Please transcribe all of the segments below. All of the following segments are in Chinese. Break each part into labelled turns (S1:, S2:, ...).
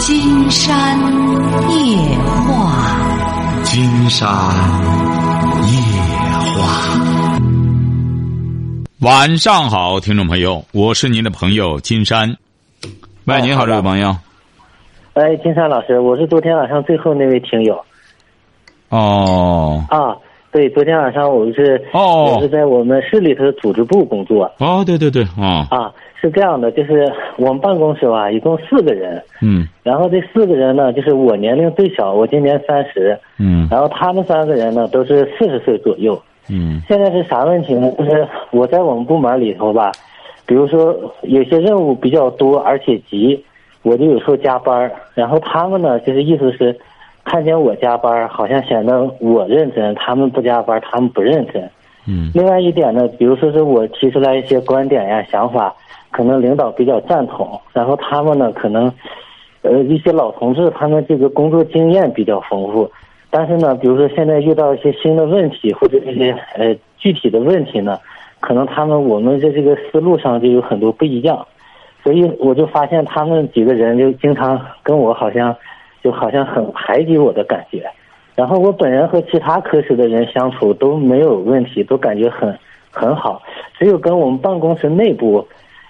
S1: 金山夜话，
S2: 金山夜话。晚上好，听众朋友，我是您的朋友金山。喂，哦您好，这位朋友。
S3: 哎，金山老师，我是昨天晚上最后那位听友。
S2: 哦。
S3: 啊，对，昨天晚上我是
S2: 哦，
S3: 我是在我们市里头组织部工作。
S2: 哦，对对对，啊、
S3: 哦。啊，是这样的，就是我们办公室吧，一共四个人。
S2: 嗯。
S3: 然后这四个人呢，就是我年龄最小，我今年三十。
S2: 嗯。
S3: 然后他们三个人呢，都是四十岁左右。
S2: 嗯。
S3: 现在是啥问题呢？就是我在我们部门里头吧，比如说有些任务比较多，而且急。我就有时候加班然后他们呢，就是意思是，看见我加班好像显得我认真，他们不加班，他们不认真。
S2: 嗯。
S3: 另外一点呢，比如说是我提出来一些观点呀、想法，可能领导比较赞同，然后他们呢，可能，呃，一些老同志他们这个工作经验比较丰富，但是呢，比如说现在遇到一些新的问题或者一些呃具体的问题呢，可能他们我们在这个思路上就有很多不一样。所以我就发现他们几个人就经常跟我好像，就好像很排挤我的感觉。然后我本人和其他科室的人相处都没有问题，都感觉很很好。只有跟我们办公室内部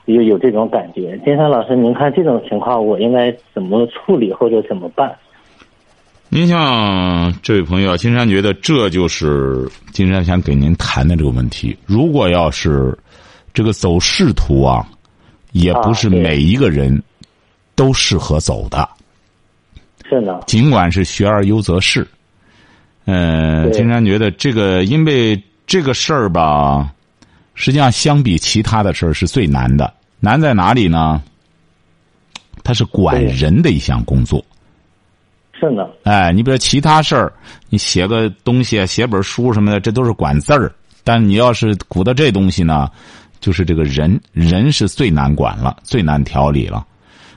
S3: 有有这种感觉。金山老师，您看这种情况我应该怎么处理或者怎么办？
S2: 您像这位朋友，金山觉得这就是金山想给您谈的这个问题。如果要是这个走仕途啊。也不是每一个人都适合走的，
S3: 是呢。
S2: 尽管是学而优则仕，嗯，金山觉得这个，因为这个事儿吧，实际上相比其他的事儿是最难的。难在哪里呢？它是管人的一项工作。
S3: 是呢。
S2: 哎，你比如其他事儿，你写个东西、啊写本书什么的，这都是管字儿。但你要是鼓捣这东西呢？就是这个人，人是最难管了，最难调理了。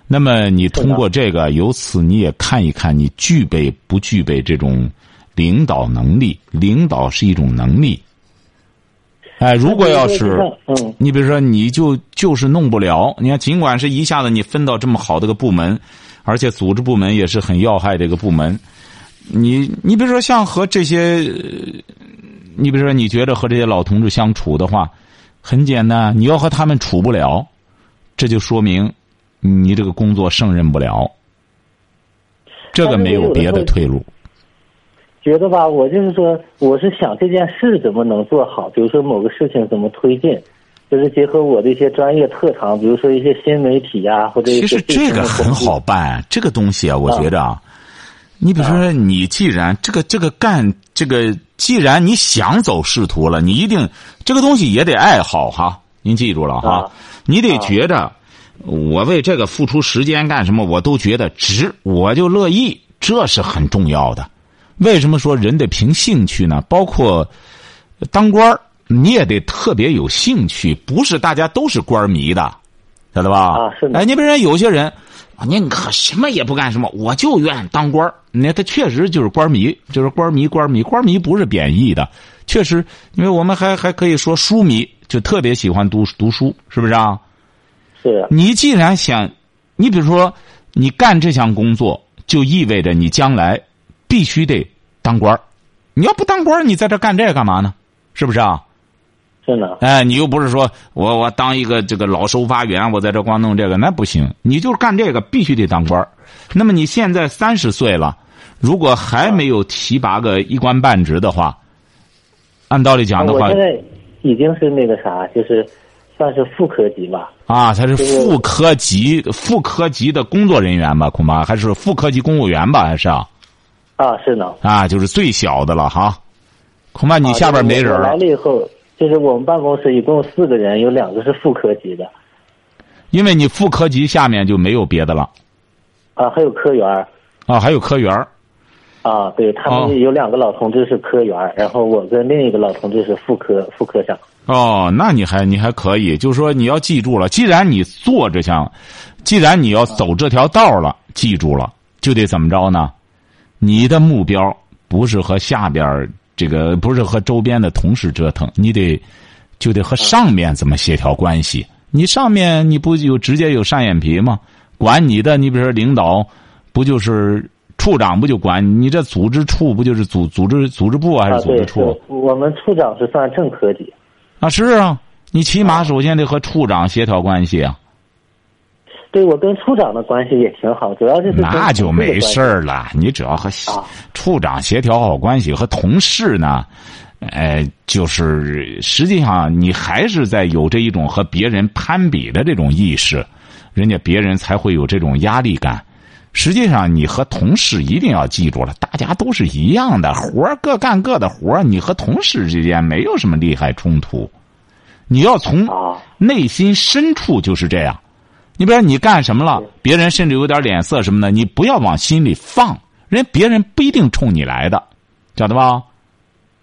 S2: 那么你通过这个，由此你也看一看，你具备不具备这种领导能力？领导是一种能力。哎，如果要是，
S3: 嗯，
S2: 你比如说，你就就是弄不了。你看，尽管是一下子你分到这么好的个部门，而且组织部门也是很要害这个部门。你你比如说，像和这些，你比如说，你觉得和这些老同志相处的话。很简单，你要和他们处不了，这就说明你这个工作胜任不了。这个没有别的退路。
S3: 觉得吧，我就是说，我是想这件事怎么能做好，比如说某个事情怎么推进，就是结合我的一些专业特长，比如说一些新媒体呀、啊，或者
S2: 其实这个很好办，这个东西啊，啊我觉着啊，你比如说，你既然这个这个干这个。既然你想走仕途了，你一定这个东西也得爱好哈，您记住了哈，
S3: 啊、
S2: 你得觉着、啊、我为这个付出时间干什么，我都觉得值，我就乐意，这是很重要的。为什么说人得凭兴趣呢？包括当官你也得特别有兴趣，不是大家都是官迷的，晓得吧？
S3: 啊，是哎，
S2: 你比如说有些人，啊你你可什么也不干什么，我就愿当官你看他确实就是官迷，就是官迷，官迷，官迷不是贬义的，确实，因为我们还还可以说书迷，就特别喜欢读读书，是不是啊？
S3: 是。啊
S2: 你既然想，你比如说，你干这项工作，就意味着你将来必须得当官你要不当官你在这干这干嘛呢？是不是啊？
S3: 是呢。
S2: 哎，你又不是说我我当一个这个老收发员，我在这光弄这个，那不行。你就是干这个，必须得当官那么你现在三十岁了，如果还没有提拔个一官半职的话，按道理讲的话，
S3: 啊我现在已经是那个啥，就是算是副科级吧。
S2: 啊，他是副科级，副科级的工作人员吧，恐怕还是副科级公务员吧，还是啊？
S3: 啊，是呢。
S2: 啊，就是最小的了哈，恐怕
S3: 啊
S2: 你下边没人了。
S3: 来了以后。就是我们办公室一共四个人，有两个是副科级的，
S2: 因为你副科级下面就没有别的了。
S3: 啊，还有科员
S2: 啊，还有科员
S3: 啊，对他
S2: 哦
S3: 们有两个老同志是科员、哦、然后我跟另一个老同志是副科副科长。
S2: 哦，那你还你还可以，就是说你要记住了，既然你做这项，既然你要走这条道了，记住了就得怎么着呢？你的目标不是和下边。这个不是和周边的同事折腾，你得就得和上面怎么协调关系？你上面你不有直接有单眼皮吗？管你的，你比如说领导不就是处长不就管你这组织处不就是组组织组织部啊还
S3: 啊，
S2: 是组织
S3: 对，
S2: 处？
S3: 我我们处长是算正科级，
S2: 啊，是啊，你起码首先得和处长协调关系啊，
S3: 对我跟处长的关系也挺好，主要就是跟
S2: 那就
S3: 同事的
S2: 没
S3: 关系
S2: 事儿了。你只要和协
S3: 啊
S2: 处长协调好关系，和同事呢，呃，就是实际上你还是在有这一种和别人攀比的这种意识，人家别人才会有这种压力感。实际上，你和同事一定要记住了，大家都是一样的活儿各干各的活儿你和同事之间没有什么利害冲突。你要从
S3: 啊，
S2: 内心深处就是这样。你比如说你干什么了
S3: 是，
S2: 别人甚至有点脸色什么的，你不要往心里放，人别人不一定冲你来的，晓得吧？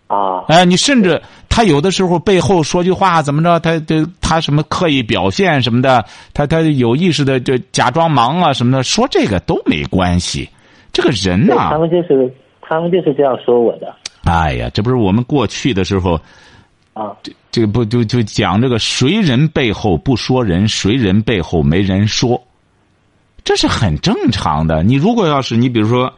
S3: 啊，
S2: 哎，你甚至他有的时候背后说句话怎么着，他他他什么刻意表现什么的，他他有意识的就假装忙啊什么的，说这个都没关系。这个人
S3: 对
S2: 呐、
S3: 他们就是他们就是这样说我的
S2: 哎呀，这不是我们过去的时候
S3: 啊，
S2: 这个不就就讲这个谁人背后不说人，谁人背后没人说，这是很正常的。你如果要是你比如说，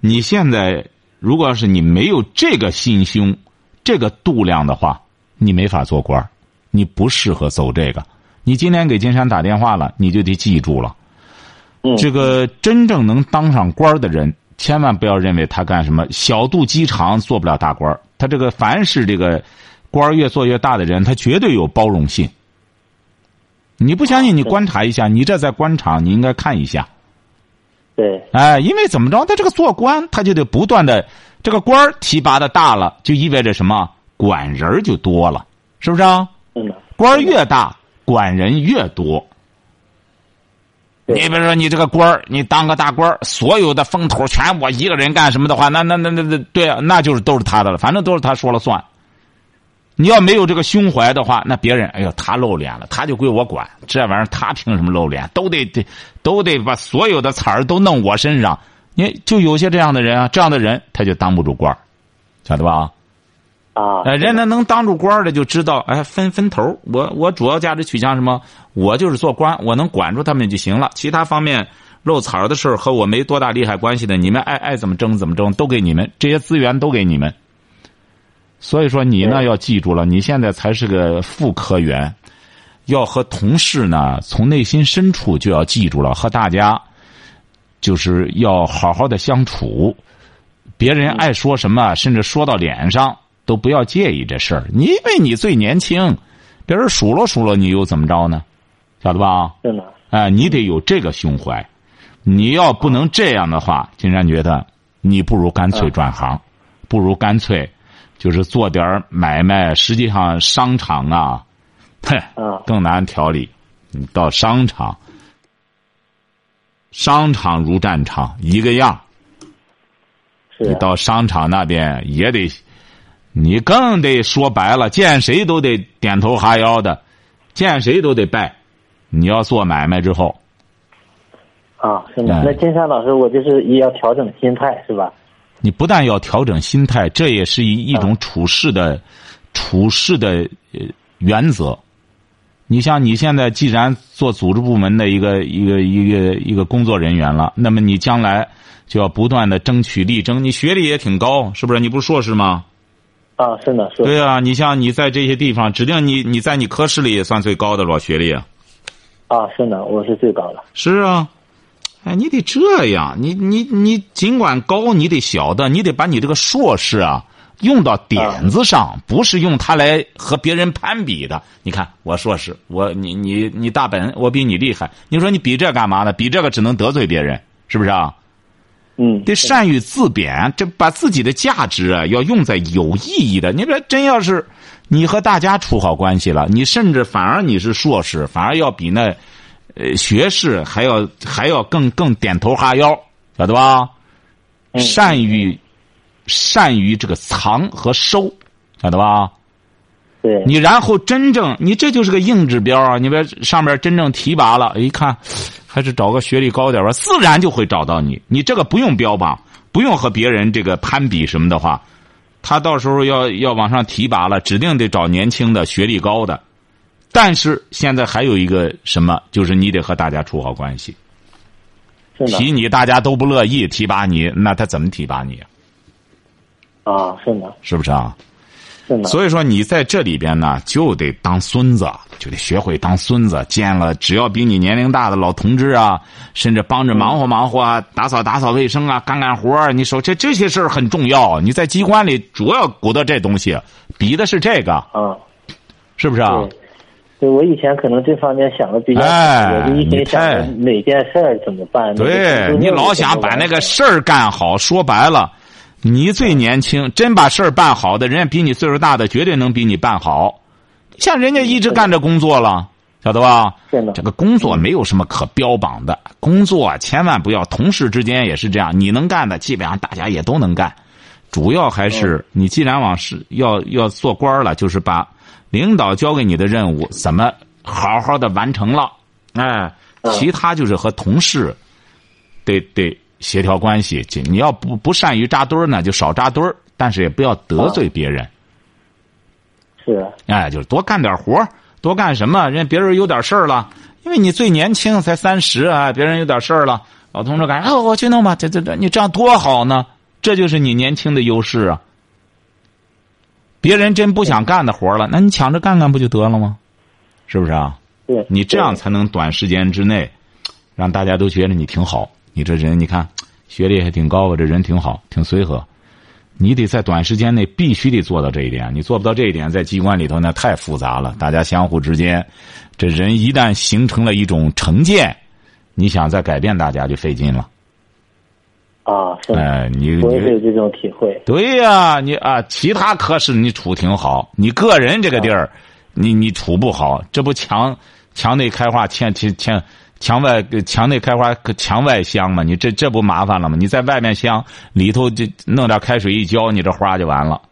S2: 你现在如果要是你没有这个心胸、这个度量的话，你没法做官儿你不适合走这个。你今天给金山打电话了，你就得记住了。
S3: 嗯，
S2: 这个真正能当上官儿的人，千万不要认为他干什么小肚鸡肠做不了大官儿他这个凡是这个官儿越做越大的人，他绝对有包容性。你不相信？你观察一下，你这在官场，你应该看一下。
S3: 对
S2: 哎，因为怎么着，他这个做官，他就得不断的这个官儿提拔的大了，就意味着什么？管人儿就多了，是不是啊？
S3: 嗯的，
S2: 官儿越大，管人越多。
S3: 对
S2: 你比如说，你这个官儿，你当个大官儿，所有的风头全我一个人干什么的话，那那那那那对啊，那就是都是他的了，反正都是他说了算。你要没有这个胸怀的话，那别人，哎呦，他露脸了，他就归我管，这玩意儿他凭什么露脸？都得得都得把所有的词儿都弄我身上。你就有些这样的人啊，这样的人他就当不住官儿晓得吧？
S3: 啊，
S2: 哎，人家能当住官儿的就知道，哎，分分头儿。我我主要价值取向什么？我就是做官，我能管住他们就行了。其他方面漏彩儿的事儿和我没多大利害关系的，你们爱爱怎么争怎么争，都给你们，这些资源都给你们。所以说你呢
S3: 对
S2: 要记住了，你现在才是个副科员，要和同事呢从内心深处就要记住了，和大家就是要好好的相处。别人爱说什么，甚至说到脸上，都不要介意这事儿。你因为你最年轻，别人数落数落你又怎么着呢？晓得吧？
S3: 是呢，
S2: 哎、你得有这个胸怀。你要不能这样的话，金山觉得你不如干脆转行，不如干脆就是做点儿买卖。实际上，商场啊，哼，
S3: 啊，
S2: 更难调理。你到商场，商场如战场，一个样儿。
S3: 是
S2: 你
S3: 啊
S2: 到商场那边也得，你更得说白了，见谁都得点头哈腰的，见谁都得拜。你要做买卖之后，
S3: 啊，是呢
S2: 哎。
S3: 那金山老师，我就是也要调整心态，是吧？
S2: 你不但要调整心态，这也是一一种处事的、处事的呃原则。你像你现在既然做组织部门的一个一个一个一个工作人员了，那么你将来就要不断的争取力争。你学历也挺高，是不是？你不是硕士吗？
S3: 啊，是呢，是
S2: 对啊，你像你在这些地方，指定你你在你科室里也算最高的了，学历。
S3: 啊，是呢，我是最高的
S2: 是啊，哎，你得这样，你你你，尽管高，你得晓得，你得把你这个硕士啊用到点子上，不是用它来和别人攀比的。你看我硕士，我你你你大本，我比你厉害，你说你比这干嘛呢？比这个只能得罪别人，是不是啊？
S3: 嗯，
S2: 得善于自贬，这把自己的价值啊，要用在有意义的。你别真要是你和大家处好关系了，你甚至反而你是硕士，反而要比那呃学士还要还要更更点头哈腰，晓得吧？
S3: 嗯
S2: 善于善于这个藏和收，晓得吧？
S3: 对，
S2: 你然后真正，你这就是个硬指标啊！你别上面真正提拔了，一看，还是找个学历高点吧，自然就会找到你。你这个不用标榜，不用和别人这个攀比什么的话，他到时候要要往上提拔了，指定得找年轻的、学历高的。但是现在还有一个什么，就是你得和大家处好关系。
S3: 是呢
S2: 提你大家都不乐意提拔你，那他怎么提拔你啊？
S3: 啊，是呢，
S2: 是不是啊？
S3: 是呢，
S2: 所以说你在这里边呢，就得当孙子，就得学会当孙子。见了只要比你年龄大的老同志啊，甚至帮着忙活忙活啊，打扫打扫卫生啊，干干活儿你手这这些事儿很重要。啊你在机关里主要鼓捣这东西，比的是这个，
S3: 啊，
S2: 是不是啊
S3: 对？，对我以前可能这方面想的比较少，
S2: 哎
S3: 我就一
S2: 你
S3: 心想
S2: 太
S3: 着每件事儿怎么办。每个
S2: 对
S3: 工作
S2: 你老
S3: 怎么
S2: 想把
S3: 完
S2: 那个
S3: 成
S2: 事儿干好，说白了，你最年轻，真把事儿办好的，人家比你岁数大的绝对能比你办好。像人家一直干着工作了，晓得吧？
S3: 是呢
S2: 这个工作没有什么可标榜的，工作啊千万不要，同事之间也是这样，你能干的基本上大家也都能干，主要还
S3: 嗯
S2: 是你既然往是要要做官儿了，就是把领导交给你的任务怎么好好的完成了，哎，
S3: 嗯
S2: 其他就是和同事得得协调关系，就你要不不善于扎堆儿呢，就少扎堆儿，但是也不要得罪别人。
S3: 是啊
S2: 哎，就是多干点活儿多干什么？人家别人有点事儿了，因为你最年轻，才三十啊，别人有点事儿了，老同志感觉哦，我去弄吧，这这这，你这样多好呢，这就是你年轻的优势啊。别人真不想干的活儿了，那你抢着干干不就得了吗？是不是啊？
S3: 对，
S2: 你这样才能短时间之内，让大家都觉得你挺好。你这人，你看学历还挺高啊，这人挺好，挺随和。你得在短时间内必须得做到这一点，你做不到这一点，在机关里头那太复杂了。大家相互之间，这人一旦形成了一种成见，你想再改变大家就费劲了。
S3: 对啊，是呢，
S2: 哎，你
S3: 我也是
S2: 你
S3: 有这种体会。
S2: 对呀、你啊，其他科室你处挺好，你个人这个地儿，你你处不好，这不墙墙内开花，墙墙墙墙外墙内开花，墙外香吗？你这这不麻烦了吗？你在外面香，里头就弄点开水一浇，你这花就完了。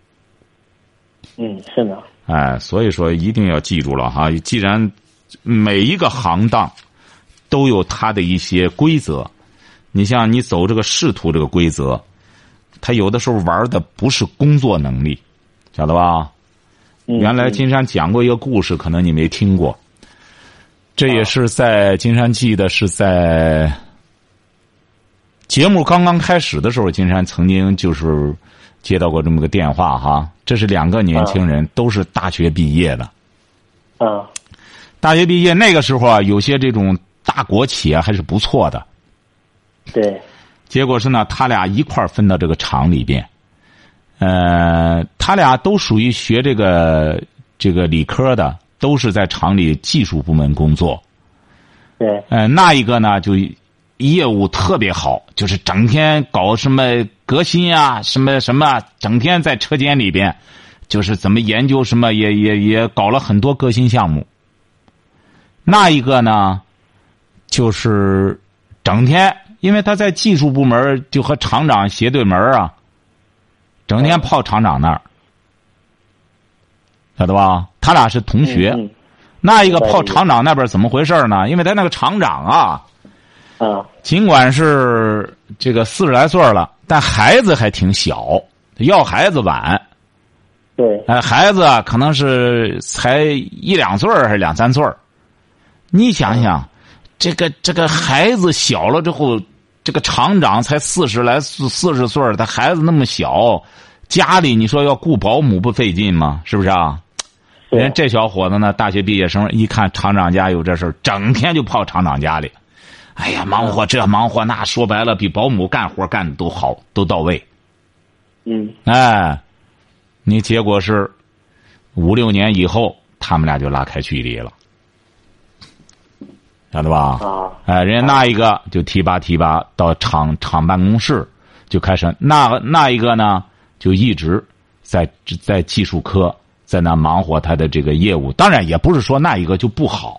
S3: 嗯，是呢，
S2: 哎，所以说一定要记住了哈。既然每一个行当都有它的一些规则，你像你走这个仕途这个规则，他有的时候玩的不是工作能力，晓得吧？
S3: 嗯
S2: 原来
S3: 嗯
S2: 金山讲过一个故事，可能你没听过。这也是在金山记得是在节目刚刚开始的时候，金山曾经就是接到过这么个电话哈。这是两个年轻人，都是大学毕业的。
S3: 啊，
S2: 大学毕业那个时候啊，有些这种大国企啊还是不错的。
S3: 对，
S2: 结果是呢，他俩一块儿分到这个厂里边。呃，他俩都属于学这个这个理科的，都是在厂里技术部门工作。
S3: 对，
S2: 呃，那一个呢，就业务特别好，就是整天搞什么革新啊，什么什么，整天在车间里边，就是怎么研究什么，也也也搞了很多革新项目。那一个呢，就是整天，因为他在技术部门儿就和厂长斜对门儿啊，整
S3: 哦
S2: 天泡厂长那儿，晓得吧？他俩是同学。
S3: 嗯
S2: 那一个泡厂长那边怎么回事呢？因为他那个厂长啊，
S3: 嗯啊，
S2: 尽管是这个四十来岁了，但孩子还挺小，要孩子晚。
S3: 对，
S2: 哎，孩子啊可能是才一两岁儿还是两三岁儿你想想，这个这个孩子小了之后，这个厂长才四十来四四十岁儿他孩子那么小，家里你说要雇保姆不费劲吗？是不是啊？
S3: 是
S2: 人家这小伙子呢，大学毕业生，一看厂长家有这事儿，整天就泡厂长家里。哎呀，忙活这忙活那，说白了比保姆干活干的都好，都到位。
S3: 嗯
S2: 哎，你结果是五六年以后，他们俩就拉开距离了，晓得吧？
S3: 啊，
S2: 哎，人家那一个就提拔提拔到厂厂办公室，就开始那个那一个呢，就一直在在技术科在那忙活他的这个业务。当然，也不是说那一个就不好，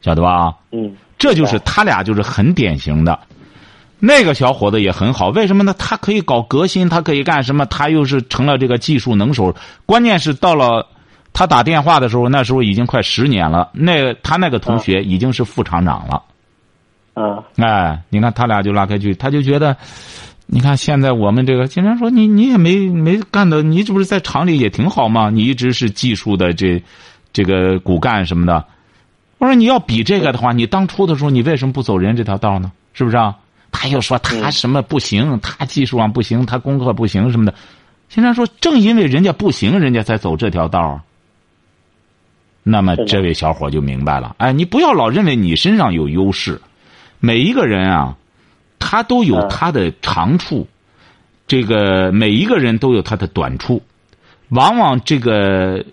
S2: 晓得吧？
S3: 嗯，
S2: 这就是他俩就是很典型的。那个小伙子也很好，为什么呢？他可以搞革新，他可以干什么？他又是成了这个技术能手。关键是到了他打电话的时候，那时候已经快十年了。那个他那个同学已经是副厂长了。
S3: 啊，
S2: 哎，你看他俩就拉开距离，他就觉得，你看现在我们这个，经常说你你也没没干的，你这不是在厂里也挺好吗？你一直是技术的这这个骨干什么的。我说你要比这个的话，你当初的时候你为什么不走人这条道呢？是不是啊？他又说他什么不行，他技术上不行，他功课不行什么的。现在说，正因为人家不行，人家才走这条道儿。那么
S3: 是的
S2: 这位小伙就明白了，哎，你不要老认为你身上有优势，每一个人啊，他都有
S3: 嗯
S2: 他的长处，这个每一个人都有他的短处，往往这个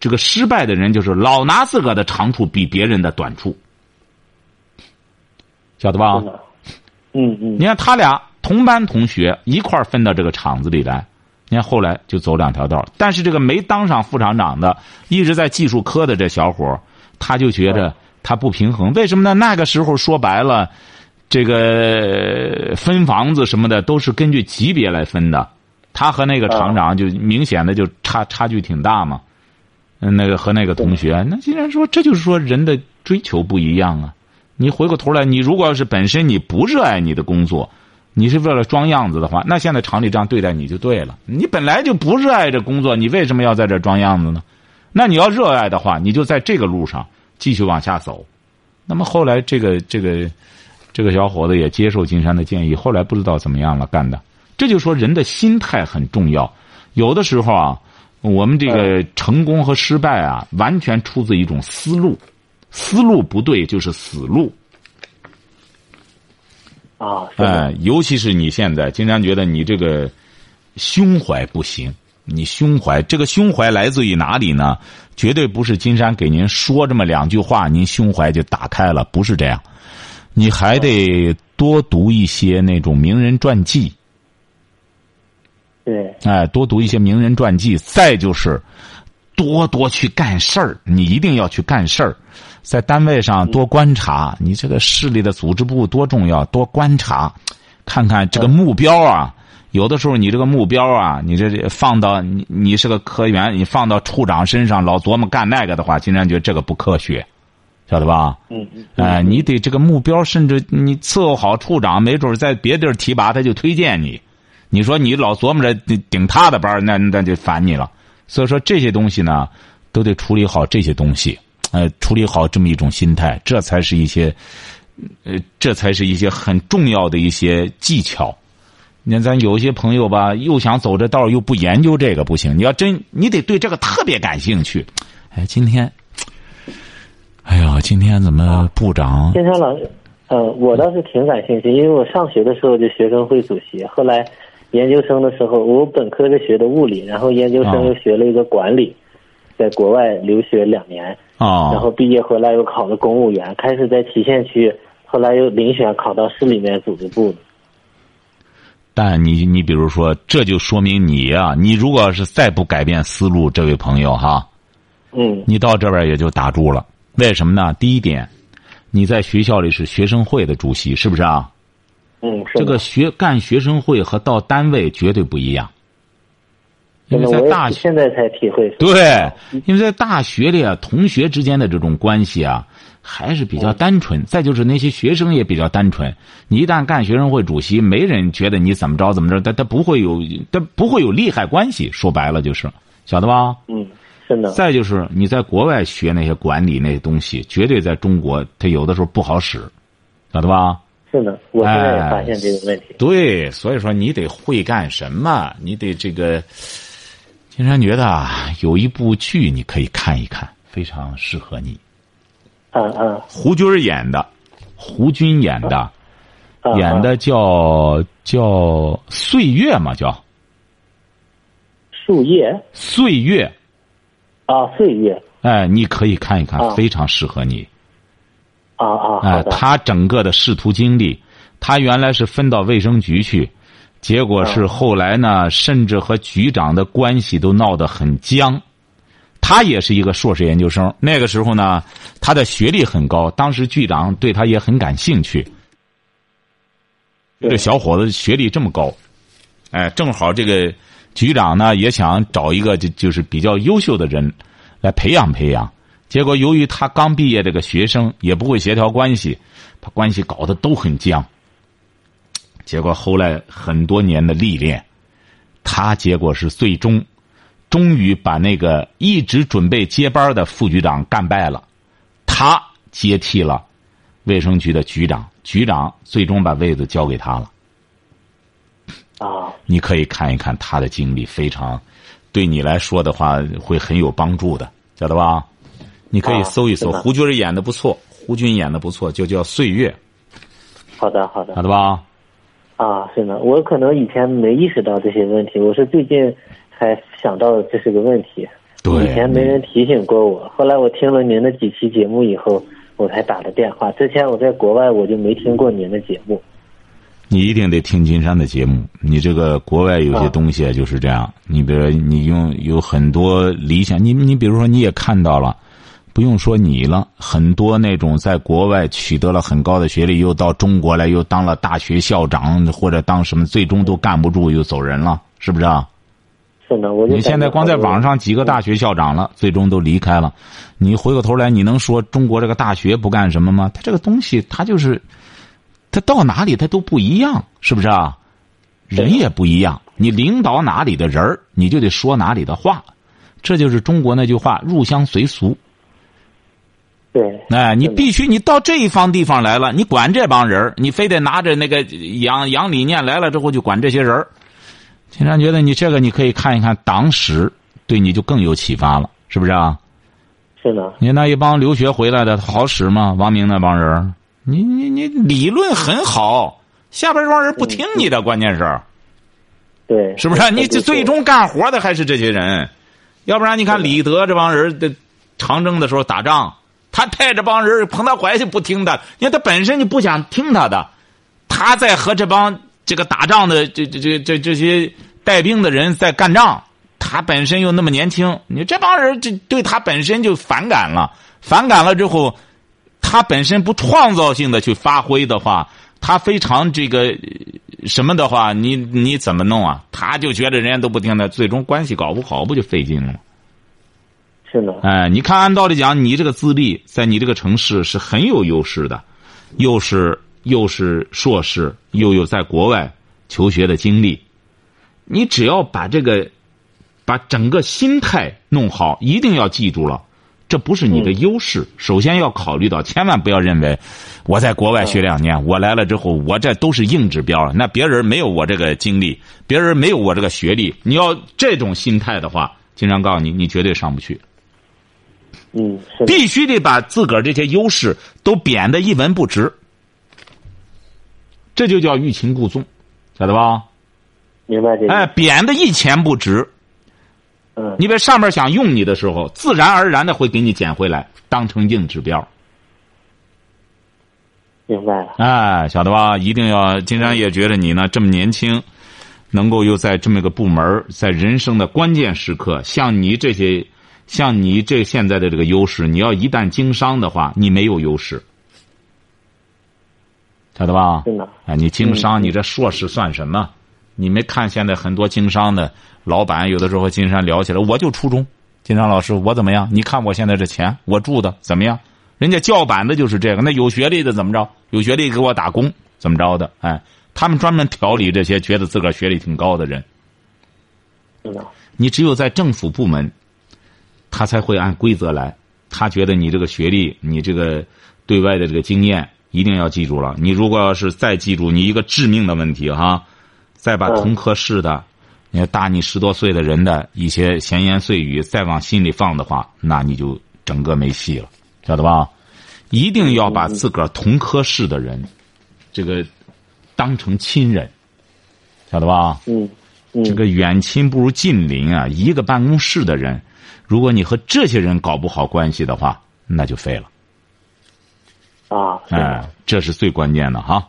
S2: 这个失败的人就是老拿自个的长处比别人的短处，晓得吧？
S3: 真的，嗯嗯
S2: 啊你看他俩同班同学一块儿分到这个厂子里来，你看后来就走两条道儿。但是这个没当上副厂长的，一直在技术科的这小伙儿，他就觉着他不平衡。为什么呢？那个时候说白了，这个分房子什么的都是根据级别来分的，他和那个厂长就明显的就差差距挺大嘛。嗯，那个和那个同学，那既然说这就是说人的追求不一样啊。你回过头来，你如果要是本身你不热爱你的工作，你是为了装样子的话，那现在厂里这样对待你就对了。你本来就不热爱这工作，你为什么要在这装样子呢？那你要热爱的话，你就在这个路上继续往下走。那么后来，这个这个这个小伙子也接受金山的建议，后来不知道怎么样了干的。这就说人的心态很重要，有的时候啊，我们这个成功和失败啊，完全出自一种思路，思路不对就是死路。
S3: 啊，是的，
S2: 哎，尤其是你现在，经常觉得你这个胸怀不行，你胸怀这个胸怀来自于哪里呢？绝对不是金山给您说这么两句话，您胸怀就打开了，不是这样。你还得多读一些那种名人传记，
S3: 对，
S2: 哎，多读一些名人传记，再就是多多去干事儿，你一定要去干事儿，在单位上多观察，你这个市里的组织部多重要，多观察，看看这个目标啊。有的时候你这个目标啊，你这这放到你你是个科员，你放到处长身上老琢磨干那个的话，竟然觉得这个不科学，晓得吧？
S3: 嗯嗯，
S2: 哎、你得这个目标，甚至你伺候好处长，没准儿在别地儿提拔他就推荐你。你说你老琢磨着顶顶他的班儿，那那就烦你了。所以说这些东西呢，都得处理好这些东西，呃，处理好这么一种心态，这才是一些，呃，这才是一些很重要的一些技巧。你看，咱有一些朋友吧，又想走这道儿，又不研究这个不行。你要真，你得对这个特别感兴趣。哎，今天，哎呀，今天怎么部长
S3: 金山老师，呃，我倒是挺感兴趣，因为我上学的时候就学生会主席，后来研究生的时候，我本科是学的物理，然后研究生又学了一个管理，
S2: 哦
S3: 在国外留学两年，
S2: 啊
S3: 然？后毕业回来又考了公务员，开始在郫县区，后来又遴选考到市里面组织部。
S2: 但你你比如说，这就说明你啊，你如果是再不改变思路，这位朋友哈，
S3: 嗯
S2: 你到这边也就打住了。为什么呢？第一点，你在学校里是学生会的主席，是不是啊？
S3: 嗯，是
S2: 这个
S3: 的
S2: 学干学生会和到单位绝对不一样，因为
S3: 真
S2: 在
S3: 的我
S2: 大
S3: 也
S2: 学。
S3: 现在才体会。
S2: 对，因为在大学里啊，同学之间的这种关系啊，还是比较单纯。再就是那些学生也比较单纯。你一旦干学生会主席，没人觉得你怎么着怎么着，他他不会有他不会有利害关系。说白了就是，晓得吧？
S3: 嗯，是的，
S2: 再就是你在国外学那些管理那些东西，绝对在中国他有的时候不好使，晓得吧？
S3: 是的，我现
S2: 哎
S3: 在也发现这个问题。
S2: 对，所以说你得会干什么，你得这个。金山觉得啊，有一部剧你可以看一看，非常适合你。
S3: 嗯嗯
S2: 胡军儿演的，哦胡军演的，
S3: 嗯，
S2: 演的叫叫《岁月》嘛，叫《
S3: 树叶
S2: 岁月》。
S3: 啊，岁月
S2: 哎，你可以看一看，
S3: 哦
S2: 非常适合你。
S3: 啊啊，
S2: 哎、
S3: 好的，
S2: 他整个的仕途经历，他原来是分到卫生局去，结果是
S3: 嗯
S2: 后来呢，甚至和局长的关系都闹得很僵。他也是一个硕士研究生，那个时候呢，他的学历很高，当时局长对他也很感兴趣。这
S3: 对
S2: 小伙子学历这么高，哎，正好这个局长呢也想找一个就就是比较优秀的人来培养培养。结果由于他刚毕业这个学生也不会协调关系，把关系搞得都很僵。结果后来很多年的历练，他结果是最终，终于把那个一直准备接班的副局长干败了，他接替了卫生局的局长，局长最终把位子交给他了。
S3: 啊，
S2: 你可以看一看他的经历，非常对你来说的话会很有帮助的，晓得吧？你可以
S3: 啊
S2: 搜一搜，
S3: 是的
S2: 胡军演的不错，胡军演的不错，就叫《岁月
S3: 好的好》，的
S2: 晓得吧？
S3: 啊，是的，我可能以前没意识到这些问题，我是最近才想到这是个问题，
S2: 对，
S3: 以前没人提醒过我，后来我听了您的几期节目以后，我才打的电话。之前我在国外我就没听过您的节目
S2: 你一定得听金山的节目。你这个国外有些
S3: 啊
S2: 东西啊就是这样，你比如说你用有很多理想，你你比如说你也看到了，不用说你了，很多那种在国外取得了很高的学历，又到中国来，又当了大学校长或者当什么，最终都干不住又走人了，是不是啊？
S3: 是呢，我就嗯
S2: 你现在光在网上几个大学校长了，最终都离开了，你回过头来，你能说中国这个大学不干什么吗？它这个东西，它就是，它到哪里它都不一样，是不是啊？人也不一样，你领导哪里的人儿，你就得说哪里的话，这就是中国那句话“入乡随俗”。
S3: 对
S2: 哎，你
S3: 是的
S2: 必须你到这一方地方来了，你管这帮人儿你非得拿着那个洋洋理念来了之后就管这些人儿。经常觉得你这个你可以看一看党史，对你就更有启发了，是不是啊？
S3: 是呢，
S2: 你那一帮留学回来的好使吗？王明那帮人儿，你你你理论很好，下边这帮人不听你的，关键是。
S3: 对
S2: 是不是？你
S3: 这
S2: 这最终干活的还是这些人，要不然你看李德这帮人的长征的时候打仗，他带这帮人彭德怀就不听他，因为他本身就不想听他的，他在和这帮这个打仗的这这这这这些带兵的人在干仗，他本身又那么年轻，你这帮人这对他本身就反感了，反感了之后，他本身不创造性的去发挥的话，他非常这个呃什么的话，你你怎么弄啊？他就觉得人家都不听他，最终关系搞不好，不就费劲了吗？
S3: 是呢，
S2: 哎，你看，按道理讲，你这个资历在你这个城市是很有优势的，又是又是硕士，又有在国外求学的经历，你只要把这个，把整个心态弄好，一定要记住了。这不是你的优势，首先要考虑到，千万不要认为我在国外学两年，我来了之后，我这都是硬指标了。那别人没有我这个经历，别人没有我这个学历，你要这种心态的话，经常告诉你，你绝对上不去。
S3: 嗯，是的，
S2: 必须得把自个儿这些优势都贬得一文不值，这就叫欲擒故纵，晓得吧？
S3: 明白这个，
S2: 哎，贬得一钱不值，
S3: 嗯，
S2: 你别上面想用你的时候，自然而然的会给你捡回来，当成硬指标。
S3: 明白了，
S2: 哎，晓得吧？一定要，金山也觉得你呢这么年轻，能够又在这么一个部门儿，在人生的关键时刻，像你这些，像你这现在的这个优势，你要一旦经商的话，你没有优势，晓得吧？
S3: 是呢，
S2: 啊，你经商，你这硕士算什么？你没看现在很多经商的老板，有的时候金山聊起来，我就初中，金山老师，我怎么样？你看我现在这钱，我住的怎么样？人家叫板的就是这个，那有学历的怎么着？有学历给我打工怎么着的？哎，他们专门调理这些觉得自个儿学历挺高的人。
S3: 是呢，
S2: 你只有在政府部门，他才会按规则来。他觉得你这个学历，你这个对外的这个经验，一定要记住了。你如果要是再记住，你一个致命的问题哈，再把
S3: 嗯
S2: 同科室的，你看大你十多岁的人的一些闲言碎语再往心里放的话，那你就整个没戏了，晓得吧？一定要把自个儿同科室的人，这个当成亲人，晓得吧？
S3: 嗯嗯，
S2: 这个远亲不如近邻啊！一个办公室的人，如果你和这些人搞不好关系的话，那就废了。
S3: 啊，是
S2: 哎
S3: 呢，，
S2: 这是最关键的哈。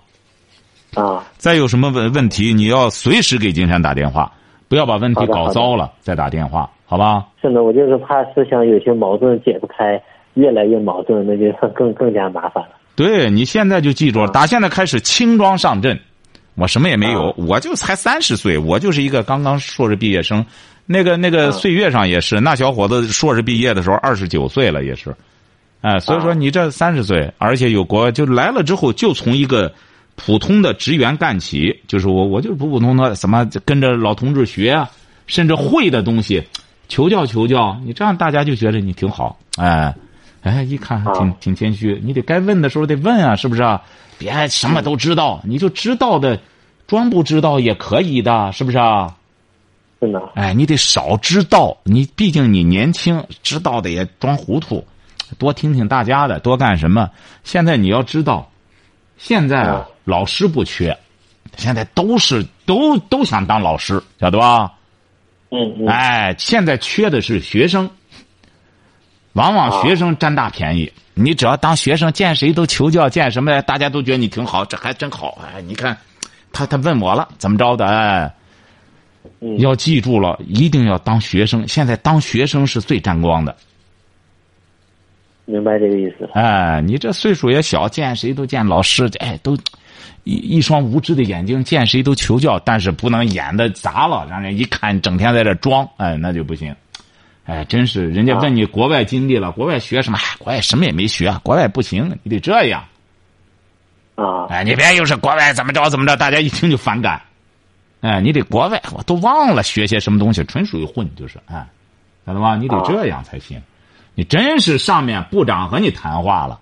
S3: 啊，
S2: 再有什么问问题，你要随时给金山打电话，不要把问题
S3: 好的
S2: 搞
S3: 好的
S2: 糟了再打电话，好吧？
S3: 是呢，我就是怕思想有些矛盾解不开，越来越矛盾，那就更更加麻烦了。
S2: 对你现在就记住了，
S3: 啊
S2: 打现在开始轻装上阵。我什么也没有，
S3: 啊
S2: 我就才三十岁，我就是一个刚刚硕士毕业生。那个那个
S3: 啊
S2: 岁月上也是，那小伙子硕士毕业的时候二十九岁了，也是，哎，所以说
S3: 啊
S2: 你这三十岁，而且有国就来了之后，就从一个普通的职员干起，就是我我就是普普通通的，什么跟着老同志学啊，甚至会的东西，求教求教，你这样大家就觉得你挺好，哎，哎，一看还挺挺谦虚，你得该问的时候得问啊，是不是啊？别什么都知道，你就知道的，装不知道也可以的，是不是啊？
S3: 真的，
S2: 哎，你得少知道，你毕竟你年轻，知道的也装糊涂，多听听大家的，多干什么？现在你要知道，现在啊，老师不缺，现在都是都都想当老师，晓得吧？
S3: 嗯嗯，
S2: 哎，现在缺的是学生，往往学生占大便宜。你只要当学生，见谁都求教，见什么大家都觉得你挺好，这还真好。哎，你看，他他问我了，怎么着的？哎，
S3: 嗯
S2: 要记住了，一定要当学生。现在当学生是最沾光的。
S3: 明白这个意思。
S2: 哎，你这岁数也小，见谁都见老师，哎，都一一双无知的眼睛，见谁都求教，但是不能演的砸了，让人一看整天在这装，哎，那就不行。哎，真是，人家问你国外经历了，国外学什么？哎，国外什么也没学，国外不行，你得这样。
S3: 啊，
S2: 哎，你别又是国外怎么着怎么着，大家一听就反感。哎，你得国外，我都忘了学些什么东西，纯属于混，就是哎，晓得吧？你得这样才行。你真是上面部长和你谈话了，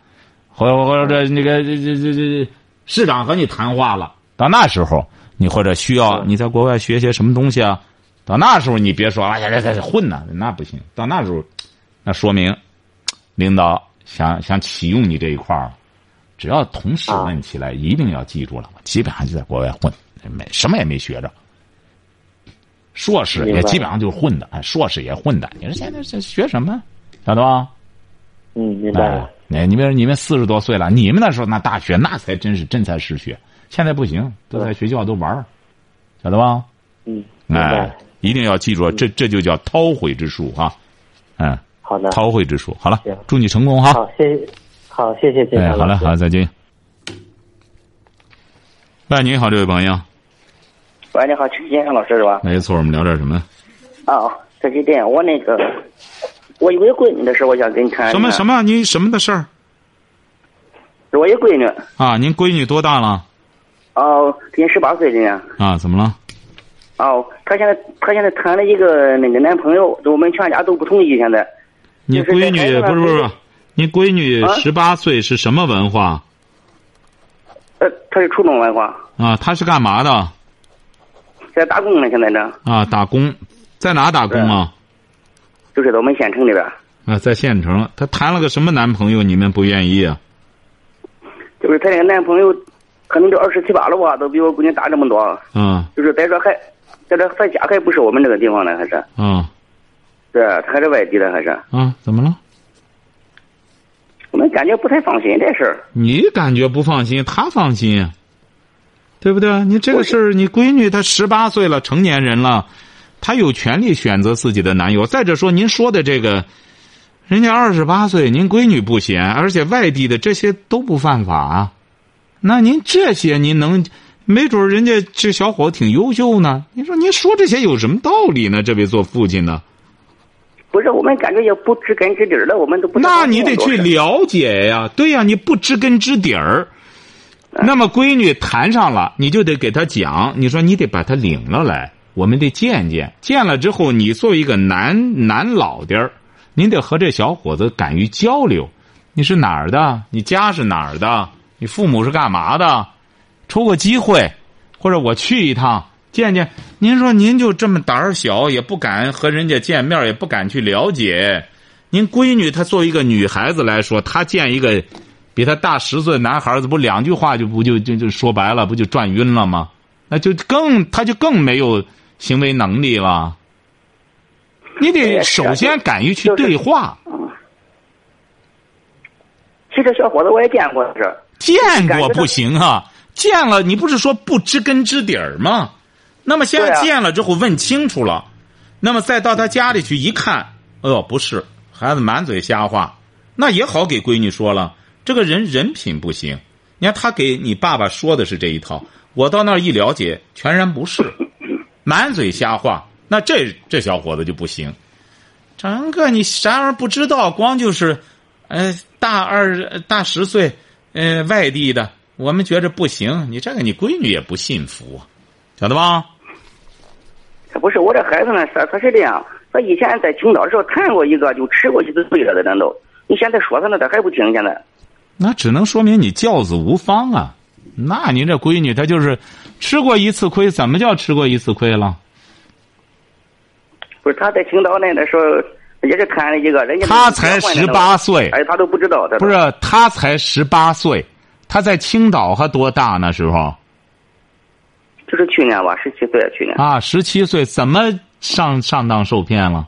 S2: 或者或者那个这这这这市长和你谈话了，到那时候你或者需要你在国外学些什么东西啊？到那时候你别说哎呀，这这这混呢，那不行。到那时候，那说明领导想想启用你这一块儿了。只要同事
S3: 啊
S2: 问起来，一定要记住了，基本上就在国外混，没什么也没学着。硕士也
S3: 明白
S2: 基本上就是混的，哎，硕士也混的。你说现在这学什么？晓得吧？
S3: 嗯，明白
S2: 哎
S3: 了。，
S2: 哎你们你们四十多岁了，你们那时候那大学那才真是真才实学，现在不行，都在学校都玩儿，晓得吧？
S3: 嗯，明白嗯
S2: 哎
S3: 了。，
S2: 一定要记住，这这就叫韬晦之术哈，嗯，
S3: 好的，
S2: 韬晦之术。好了
S3: 行，
S2: 祝你成功哈。
S3: 好，谢谢，好，谢谢金
S2: 啊哎，好
S3: 山老
S2: 了，
S3: 师
S2: 好，再见。喂，你好，这位朋友，
S4: 喂，你好，陈先生老师是吧？
S2: 没错，我们聊点什么？
S4: 啊，这是这样，我那个，我有个闺女的事，我想跟你
S3: 哎
S4: 谈谈。
S2: 什么什
S4: 么？
S2: 么？您什么的事儿
S4: 我一闺女，
S2: 啊？您闺女多大了？
S4: 哦，今年十八岁今年。
S2: 啊，怎么了？
S4: 哦，她现在她现在谈了一个那个男朋友，我们全家都不同意。现在
S2: 你
S4: 就是
S2: 闺
S4: 在台
S2: 女
S4: 上
S2: 不是
S3: 哎
S2: 不是
S4: 就是，
S2: 您闺女
S4: 啊
S2: 十八岁是什么文化
S4: 呃，她是初中文化，
S2: 啊？她是干嘛的
S4: 在打工呢，现在呢，
S2: 啊？打工，在哪打工啊？
S4: 就是在我们县城里边，
S2: 啊，在县城。她谈了个什么男朋友？你们不愿意啊？
S4: 就是她那个男朋友，可能都二十七八了吧，都比我闺女大这么多。
S2: 啊
S4: 就是再说还，在这她家还不是我们这个地方的，还是
S2: 啊
S4: 对，她还是外地的，还是
S2: 啊！怎么了？
S4: 我们感觉不太放心这事儿。
S2: 你感觉不放心，他放心，啊对不对？你这个事儿，你闺女她十八岁了，成年人了，她有权利选择自己的男友。再者说，您说的这个，人家二十八岁，您闺女不嫌，而且外地的这些都不犯法啊。那您这些您能，没准儿人家这小伙子挺优秀呢。你说您说这些有什么道理呢？这位做父亲的，
S4: 不是，我们感觉也不知根知底儿了，我们都不知道
S2: 那你得去了解呀，对呀，你不知根知底儿。
S4: 哎
S2: 那么闺女谈上了，你就得给她讲，你说你得把她领了来，我们得见见。见了之后，你作为一个男男老爹儿，您得和这小伙子敢于交流。你是哪儿的？你家是哪儿的？你父母是干嘛的？抽个机会，或者我去一趟见见。您说您就这么胆儿小，也不敢和人家见面，也不敢去了解。您闺女她作为一个女孩子来说，她见一个比她大十岁的男孩子，不两句话就不就就就说白了，不就转晕了吗？那就更她就更没有行为能力了。你得
S4: 对是啊
S2: 首先敢于去
S4: 就是
S2: 对话，
S4: 其实小伙子我也见过，是
S2: 见过不行啊，见了你不是说不知根知底儿吗？那么现
S4: 对
S2: 在
S4: 啊
S2: 见了之后问清楚了，那么再到他家里去一看，哎呦，不是，孩子满嘴瞎话，那也好给闺女说了，这个人人品不行。你看他给你爸爸说的是这一套，我到那儿一了解，全然不是，满嘴瞎话，那这这小伙子就不行。整个你啥玩意儿不知道，光就是，呃，大二大十岁，呃，外地的，我们觉着不行。你这个你闺女也不信服啊，晓得吧？
S4: 不是我这孩子呢？他他是这样，他以前在青岛的时候谈过一个，就吃过几次亏了的，人都。你现在说他呢，他还不听，现在
S2: 那只能说明你教子无方啊。那您这闺女她就是吃过一次亏，怎么叫吃过一次亏了？
S4: 不是他在青岛那那时候也是谈了一个，人家
S2: 她才十八岁，
S4: 哎，他都不知道，他
S2: 不是她才十八岁，她在青岛还多大那时候
S4: 就是去年吧，十七岁，去年
S2: 啊？十七岁，怎么上上当受骗了？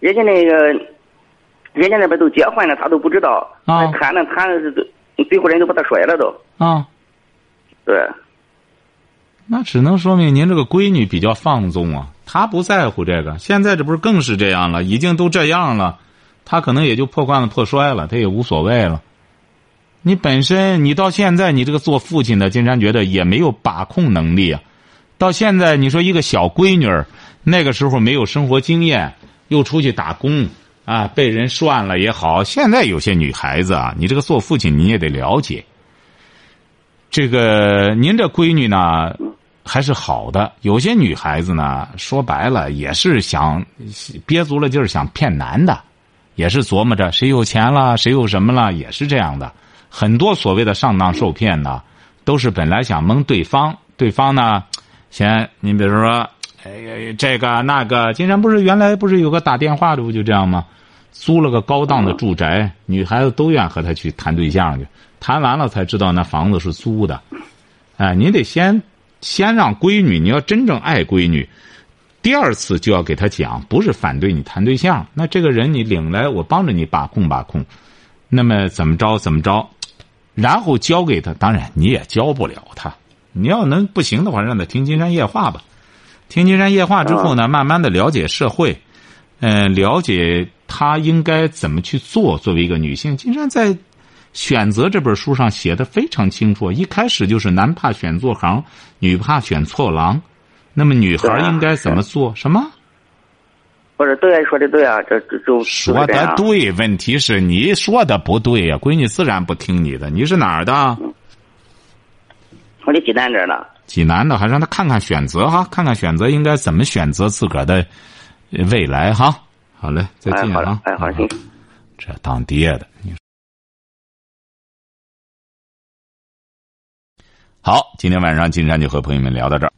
S4: 人家那个，人家那边都结婚了，他都不知道，哎
S2: 啊
S4: 谈了谈了，都最后人都把他甩了都，
S2: 啊，
S4: 对。
S2: 那只能说明您这个闺女比较放纵啊，她不在乎这个。现在这不是更是这样了，已经都这样了，她可能也就破罐子破摔了，她也无所谓了。你本身你到现在你这个做父亲的，金山觉得也没有把控能力啊。到现在你说一个小闺女儿，那个时候没有生活经验，又出去打工啊，被人涮了也好。现在有些女孩子啊，你这个做父亲你也得了解。这个您这闺女呢，还是好的。有些女孩子呢，说白了也是想憋足了劲儿想骗男的，也是琢磨着谁有钱了，谁有什么了，也是这样的。很多所谓的上当受骗呢，都是本来想蒙对方，对方呢，先您比如说，哎，这个那个，金山不是原来不是有个打电话的不就这样吗？租了个高档的住宅，女孩子都愿和他去谈对象去，谈完了才知道那房子是租的。哎，您得先先让闺女，你要真正爱闺女，第二次就要给她讲，不是反对你谈对象，那这个人你领来，我帮着你把控把控，那么怎么着怎么着，然后教给她。当然你也教不了她，你要能不行的话，让她听《金山夜话》吧。听《金山夜话》之后呢，慢慢的了解社会，嗯、了解她应该怎么去做。作为一个女性，金山在选择这本书上写的非常清楚，一开始就是男怕选错行，女怕选错郎。那么女孩
S4: 对啊
S2: 应该怎么做？什么？
S4: 我说对啊，说的对啊，这这就
S2: 说
S4: 这
S2: 的
S4: 样
S2: 对，问题是你说的不对呀、闺女自然不听你的。你是哪儿的？
S4: 我就济南这儿呢，
S2: 济南的，还让她看看选择哈，看看选择应该怎么选择自个儿的呃未来哈。好嘞，再
S4: 哎，
S2: 见
S4: 好
S2: 啊
S4: 了！，哎，好了，行。
S2: 这当爹的，你说好，今天晚上金山就和朋友们聊到这儿。